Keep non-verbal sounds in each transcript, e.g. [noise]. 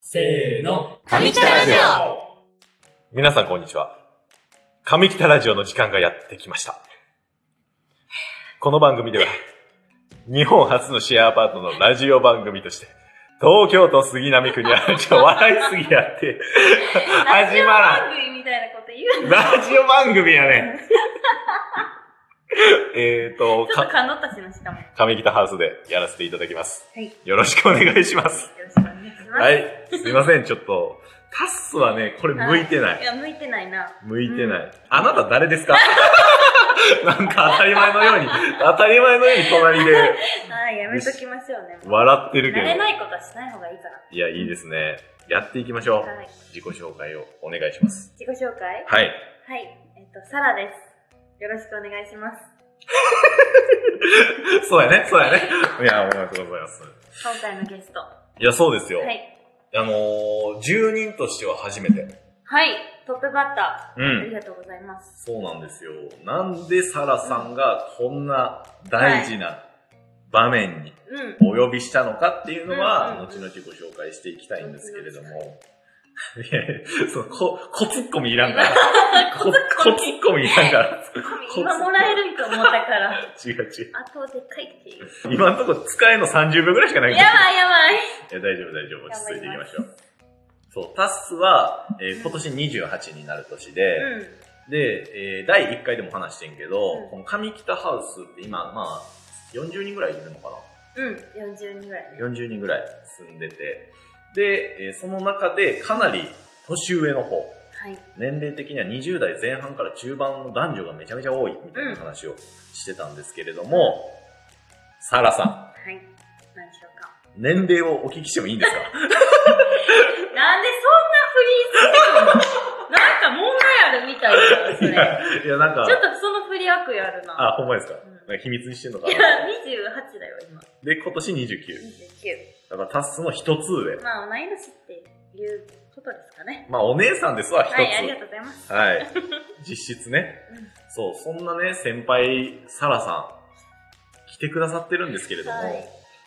せーの。上北ラジ皆さんこんにちは。上北ラジオの時間がやってきました。この番組では、日本初のシェアアパートのラジオ番組として、東京都杉並区にある、ちょ、笑いすぎやって、始まらん。番組みたいなこと言うの。ラジオ番組やね。えっと、ちょっとか、カノたちのしかも。よ上北ハウスでやらせていただきます。はいよろしくお願いしまろしす。くお願いします。はい。すいません、ちょっと、タッスはね、これ向いてないい。や、向いてないな。向いてない。あなた誰ですか [laughs] なんか当たり前のように、当たり前のように隣ではい、やめときましょうね。笑ってるけ慣れど。ないことはしない方がいいかいや、いいですね。やっていきましょうな。。はい。自己紹介をお願いします。自己紹介はい。はい。えっと、サラです。よろしくお願いします。そうやね、そうやね。いや、おめでとうございます。今回のゲスト。はいや、そうですよ。い。あのー、住人としては初めて。はい。トップバッタうー。ありん。がとうございます。そうなんですよ。なんでサラさんがこんな大事な場面にうん。お呼びしたのかっていうのうんは、うん後々ご紹介していきたいんですけれども。 [laughs] いやいやその、こ、こツッコミいらん [laughs] から。こ、こコミツッコミいらんから。 [laughs] 今もらえるんと思ったから。違う違う。あとでっかいっていう。今のところ使えの30秒ぐらいしかないやけど。いや、ばいやばい。大丈夫大丈夫。落ち着いていき頑張りまましょう。そう、タスは、えー今年28になる年で、うん。で、えー第1回でも話してんけど、うんこの上北ハウスって今、まあ、40人ぐらいいるのかなうん、40人ぐらい。 40人ぐらい住んでて、で、えーその中でかなり年上の方、はい。年齢的には20代前半から中盤の男女がめちゃめちゃ多いみたいな話をしてたんですけれども、サラさはい。何でしょうか。ん、年齢をお聞きしてもいいんですかなんでそんなフリーするのなんか問題あるみたいだよ、そいれ。や、いやなんか [laughs] ち、ょっとその振り悪意あるな。あ、ほんまですかうんなんか秘密にしてんのかいや [laughs] な、 28だよ、今。で、今年29。 29。だからタッスの一つ上。まあ、同い年っていうことですかね。まあ、お姉さんですわ、一つ。はい、ありがとうございます。はい。 [laughs] 実質ね。うんそう、そんなね、先輩、サラさん、来てくださってるんですけれども、はい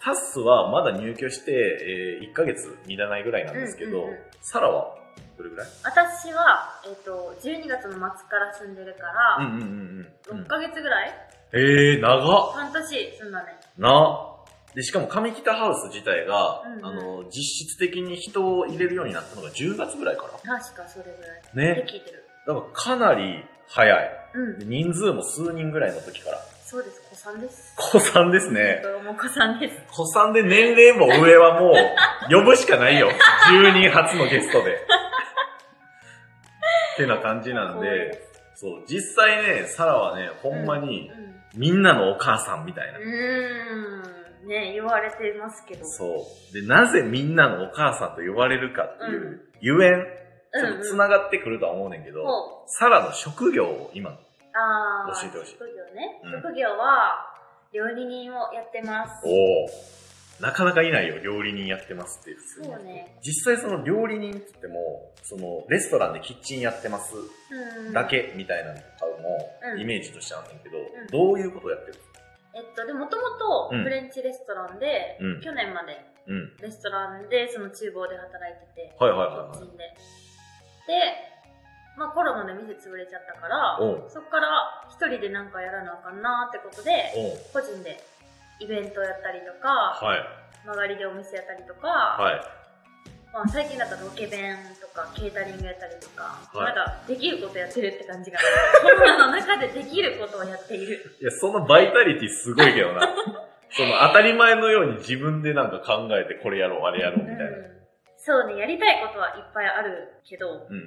タッスはまだ入居して、えー1ヶ月満たないぐらいなんですけど、うんうんうんサラはどれぐらい私は、えっ、と、12月の末から住んでるから、んうんうん6ヶ月ぐらい、えー、長っ半年住んだね。なで、しかも上北ハウス自体が、うんうんあの、実質的に人を入れるようになったのが10月ぐらいか確かそれぐらい。な。でね。聞いてる。だからかなり早い。うんで。人数も数人ぐらいの時から。そうです、子さんです。子さんですね。本当もう子さんです。子さんで年齢も上はもう、 [laughs] 呼ぶしかないよ。10人初のゲストで。ってな感じなん光栄でで、そう、実際ね、サラはね、ほんまに、みんなのお母さんみたいな。うん。うーん。ね、言われてますけど。そう。で、なぜみんなのお母さんと呼ばれるかっていう、ゆえん、ちょっとうん、うん。繋がってくるとは思うねんけど、ほサラの職業を今、う。ああ。教えてほしい職業ね。うん職業は、料理人をやってます。おおなかなかいないよ、料理人やってますっていう普通にそうね。実際その料理人って言っても、その、レストランでキッチンやってますうん。だ。けみたいなのとかうもんイメージとしてあんねんけど、んどういうことやってるえっと、で、もともとうんフレンチレストランで、うん去年までうん。レストランで、その厨房で働いてて、はいはいキッはいチはい。ンで。で、まあコロナで店潰れちゃったから、おうそっから一人でなんかやらなあかんなーってことで、おう個人でイベントやったりとか、はい。曲がりでお店やったりとか、はい。まあ、最近だったらロケ弁とかケータリングやったりとか、はいなんかできることやってるって感 [laughs] じがコロナの中でできることをやっているいや、そのバイタリティすごいけど [laughs] な。その当たり前のように自分でなんか考えてこれやろう、あれやろうみたいな。うんそうねやりたいことはいっぱいあるけどうんうんうんう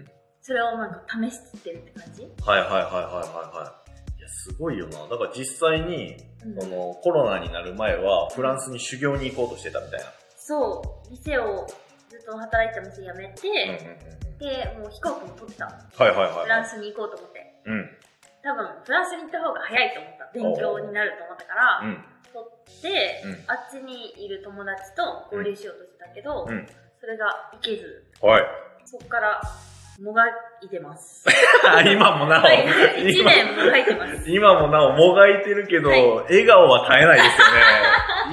ん。それをなんか試してるって感じ、はいはいはいはいはいはい。いや、すごいよな。だから実際に、うんそのコロナになる前はフランスに修行に行こうとしてたみたいな。そう店をずっと働いてた店辞めうんうんて、うんうん。でもう飛行機も取ってたはいはいはい。フランスに行こうと思ってうん。多分フランスに行った方が早いと思った勉強になると思ったから、うん。撮って、うんあっちにいる友達と合流しようとしてたけど、うんそれが行けず [laughs] はい。そこからもがいて [laughs] ます。あ今もなお。はい、[laughs] 1今年もがいてます。今もなおもがいてるけど、はい笑顔は絶え [laughs] ないですよ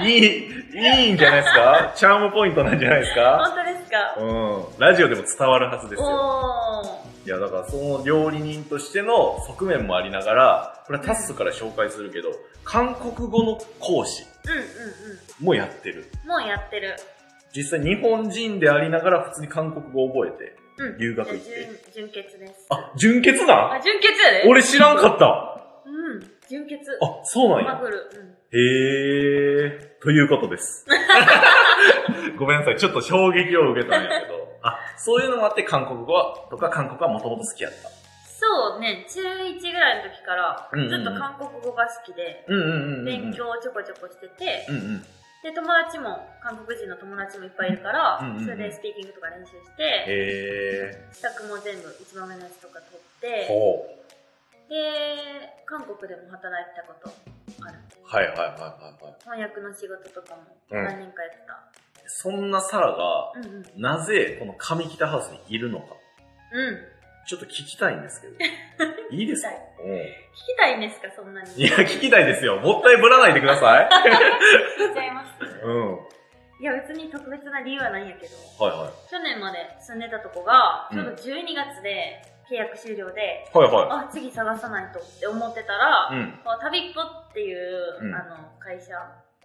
ね。いい、いいんじゃないですかチャームポイントなんじゃないですか本当ですですか。うん。ラジオでも伝わるはずですよ。おー。いや、だからその料理人としての側面もありながら、これはタッスから紹介するけど、韓国語の講師うんうんもやってる。うん。もうやってる。実際日本人でありながら普通に韓国語を覚えて。うん。留学行ってじゃあ純純潔です。あ、純潔なんあ、純潔やで。俺知らんかった。うん。純潔。あ、そうなんマや。グル。うん。へー。ということです。 [laughs] ごめんなさい。ちょっと衝撃を受けたんやけど。あ、そういうのもあって韓国語は、とか韓国はもともと好きやった。そうね、中1ぐらいの時から、うんうんずっと韓国語が好きで、うんうんうんうん。勉。強をちょこちょこしてて、うんうん。で、友達も、韓国人の友達もいっぱいいるから、うんうんうんそれでスピーキングとか練習して、へ資格も全部一番目のやつとか取っー。て、ほう。で、韓国でも働いてたことある。はいはいはいはいはい。翻訳の仕事とかもうん何年かやってた。そんなサラが、うんうん。なぜこの上北ハウスにいるのか、うん。ちょっと聞きたいん [laughs] ですけど。いいですか聞きうん聞きたいんですか、そんなに。いや、聞きたいですよ。もったいぶらないでください。[laughs] 聞いちゃいます。うん。はいいや、別に特別な理由はないんやけど、は去年まで住んでたとこが、うちょんうど12月で契約終了で、い。はいはあ、次探さないとって思ってたら、い。うん。こう旅っぽっていう、うんあの、会社、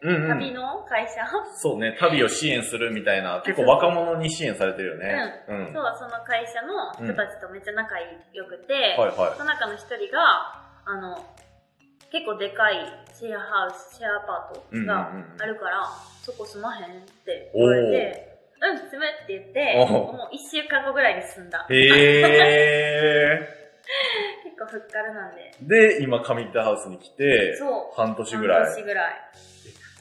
うん、う旅ん。の会社、そうね、旅を支援するみたいな、結構若者に支援されてるよね。うん。そう、その会社の人たちとめっちゃ仲良くて、はいはその中の一人が、あの、結構でかいシェアハウス、シェアアパートがうんうんうんうんあるから、そこ住まへんって言われて、うん、住むって言って、おうもう一週間後ぐらいに住んだ。い。へ結構ふっからなんで。ー。で、今上北ハウスに来て、そう。半年ぐら半い。年ぐらい。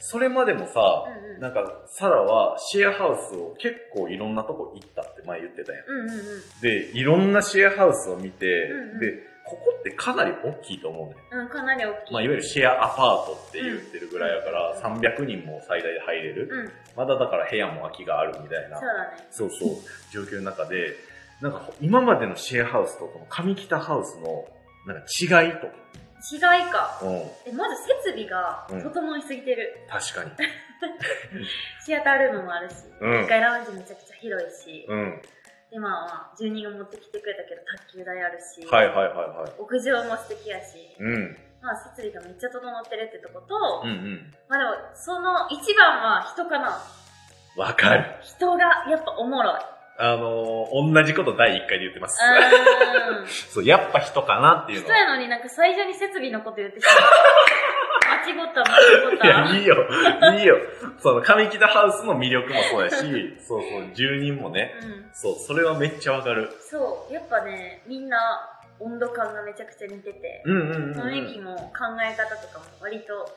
それまでもさう、んうん。なんか、サラはシェアハウスを結構いろんなとこ行ったって前言ってたやん。うんうんうん。で、いろんなシェアハウスを見て、んうんで、ここってかなり大きいと思うね。うん、かなり大きい。まあ、いわゆるシェアアパートって言ってるぐらいだから、う300人も最大で入れる。うん、そうまだだから部屋も空きがあるみたいな、だね。そうそう、状況の中で、なんか今までのシェアハウスとこの上北ハウスの、なんか違いとか。違いか。うん、え、まず設備がうん整いすぎてる。確 [laughs] かに。シアタールームもあるし、うん1階ラウンジめちゃくちゃ広いし、うん。で、まあまあ、住人が持ってきてくれたけど、卓球台あるし、はいはいはいはい。屋上も素敵やし、うん。まあ、設備がめっちゃ整ってるってとこと、うんうん。まあでも、その一番は人かな。わかる。人がやっぱおもろい。あのー、同じこと第1回で言ってます。うーん。そう、やっぱ人かなっていうの人は。やのになんか最初に設備のこと言ってしまう。間違った、間違っいや、た。いいよ。いいよ。その、上北ハウスの魅力もそうやし、 [laughs] そうそう、住人もね。うん。そう、それはめっちゃわかる。そう、やっぱね、みんな温度感がめちゃくちゃ似てて、うんうんうんうん。雰囲気も考え方とかも割と、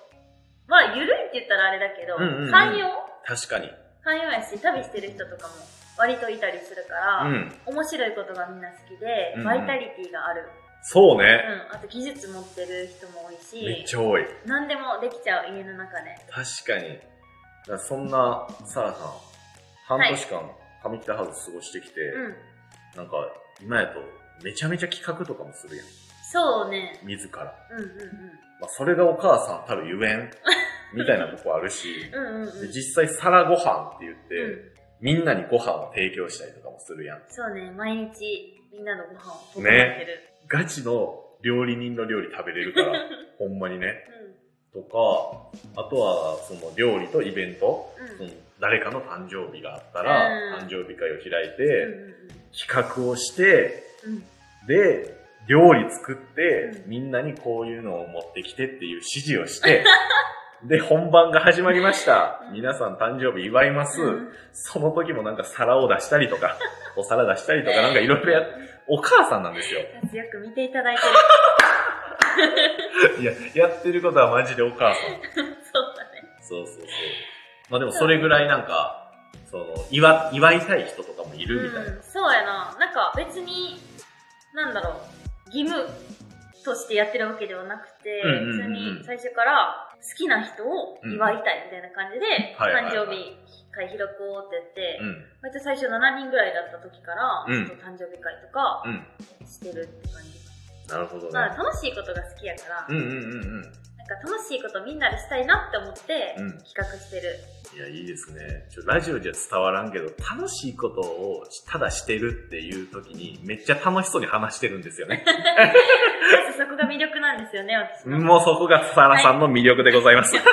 まあ、ゆるいって言ったらあれだけど、うんうんうん寛容確かに。寛容やし、旅してる人とかも割といたりするから、うん。面白いことがみんな好きで、うんうんバイタリティがある。そううね。ん、あと技術持ってる人も多いめっしち、ゃ多い。何でもできちゃう家の中で。確かに。だからそんな、サラさん、半年間、上北ハウス過ごしてきて、うん。なんか、今やと、めちゃめちゃ企画とかもするやん。そうね。自ら。うんうんまあ、それがお母さんたるゆえ [laughs] ん、みたいなとこあるし、うん。うんうんうん。で実際、皿ご飯って言って、うんみんなにご飯を提供したりとかもするやん。そうね、毎日みんなのご飯を整えてる。ガチの料理人の料理食べれる [laughs] から、ほんまにね。とか、あとは、その料理とイベント、うんうん。その誰かの誕生日があったら、うん誕生日会を開いうんて、企画をして、うんうんで、料理作って、うんみんなにこういうのを持ってきてっていう指示を [laughs] して、で、本番が始まりましたう。ん皆さん誕生日祝います。うんその時もなんか皿を出したりと [laughs] か、お皿出したりとかなんかいろいろやっ、お母さんなんですよ。活躍見ていただいてる。 [laughs] いや、やってることはマジでお母さん。そうだね。そうそうそう。まあでもそれぐらいなんか、その、祝、祝いたい人とかもいるみたいな。うん、そうやな。なんか別に、なんだろう、義務としてやってるわけではなくて、うんうんうんうん普通に最初から好きな人を祝いたいみたいな感じで、はいはいはい誕生日会開こうって言って、うん。割と最初7人ぐらいだった時から、うんちょっと誕生日会とかうん。してるって感じ。なるほどね。まあ楽しいことが好きやから、うんうんうんうん。なんか楽しいことみんなでしたいなって思ってうん企画してる。いや、いいですね。ちょラジオじゃ伝わらんけど、楽しいことをただしてるっていう時に、めっちゃ楽しそうに話してるんです [laughs] よね。まずそこが魅力なんですよね、私の。もうそこがサラさんの魅力でございます。 [laughs] 持って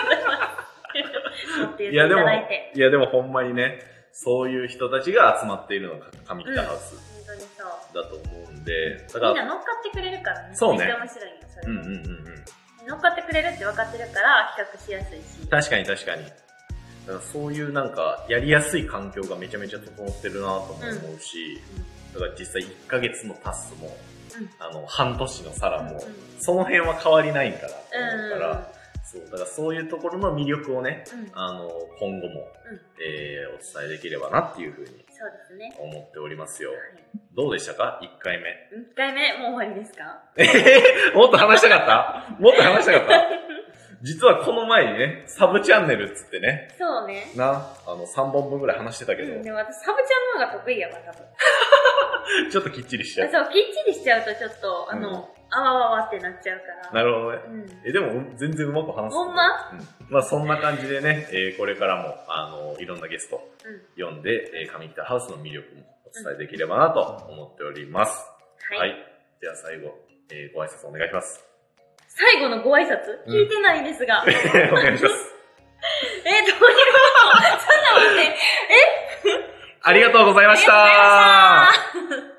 言っいていたや、でも、だいて。いや、でもほんまにね、そういう人たちが集まっているのが上北ハウス本当にそう。だと思うんで、だみんかなら、乗っかってくれるからね。そうねめっちゃ面白いよ、それうはんうんうんうん。乗っかってくれるって分かってるから、企画しやすいし。確かに確かに。だからそういうなんか、やりやすい環境がめちゃめちゃ整ってるなとも思うし、だから実際1ヶ月のタスも、うんあの、半年のサラも、うんうんその辺は変わりないんかなとうん思うから、そう、だからそういうところの魅力をね、うんうん。うんあの、今後も、うんえーお伝えできればなっていうふうにそうですね。思っておりますよは。どうでしたか ?1 回目。 [laughs] い。1回目、もう終わりですかえへへもっと話したかったもっと話したかった実はこの前にね、サブチャンネルっつってね、そうね。な、あの、3本分ぐらい話してたけど、うん、でも私、サブちゃんの方が得意やわ、多分。ちょっときっちりしちゃう。そう、きっちりしちゃうとちょっと、あの、あわわわってなっちゃうから。なるほどね。うん。え、でも、全然うまく話す。ほんまうん。まあ、そんな感じでね、えーこれからも、あの、いろんなゲストうん。読んで、えー、上北ハウスの魅力もお伝えできればなと思っております。は。はいい。では最後、えーご挨拶お願いします。 [laughs] 最後のご挨拶、うん聞いてないですが。 [laughs] え、どういうこと [laughs] お願いします。そんなのね。ありがとうございましたありがとうございました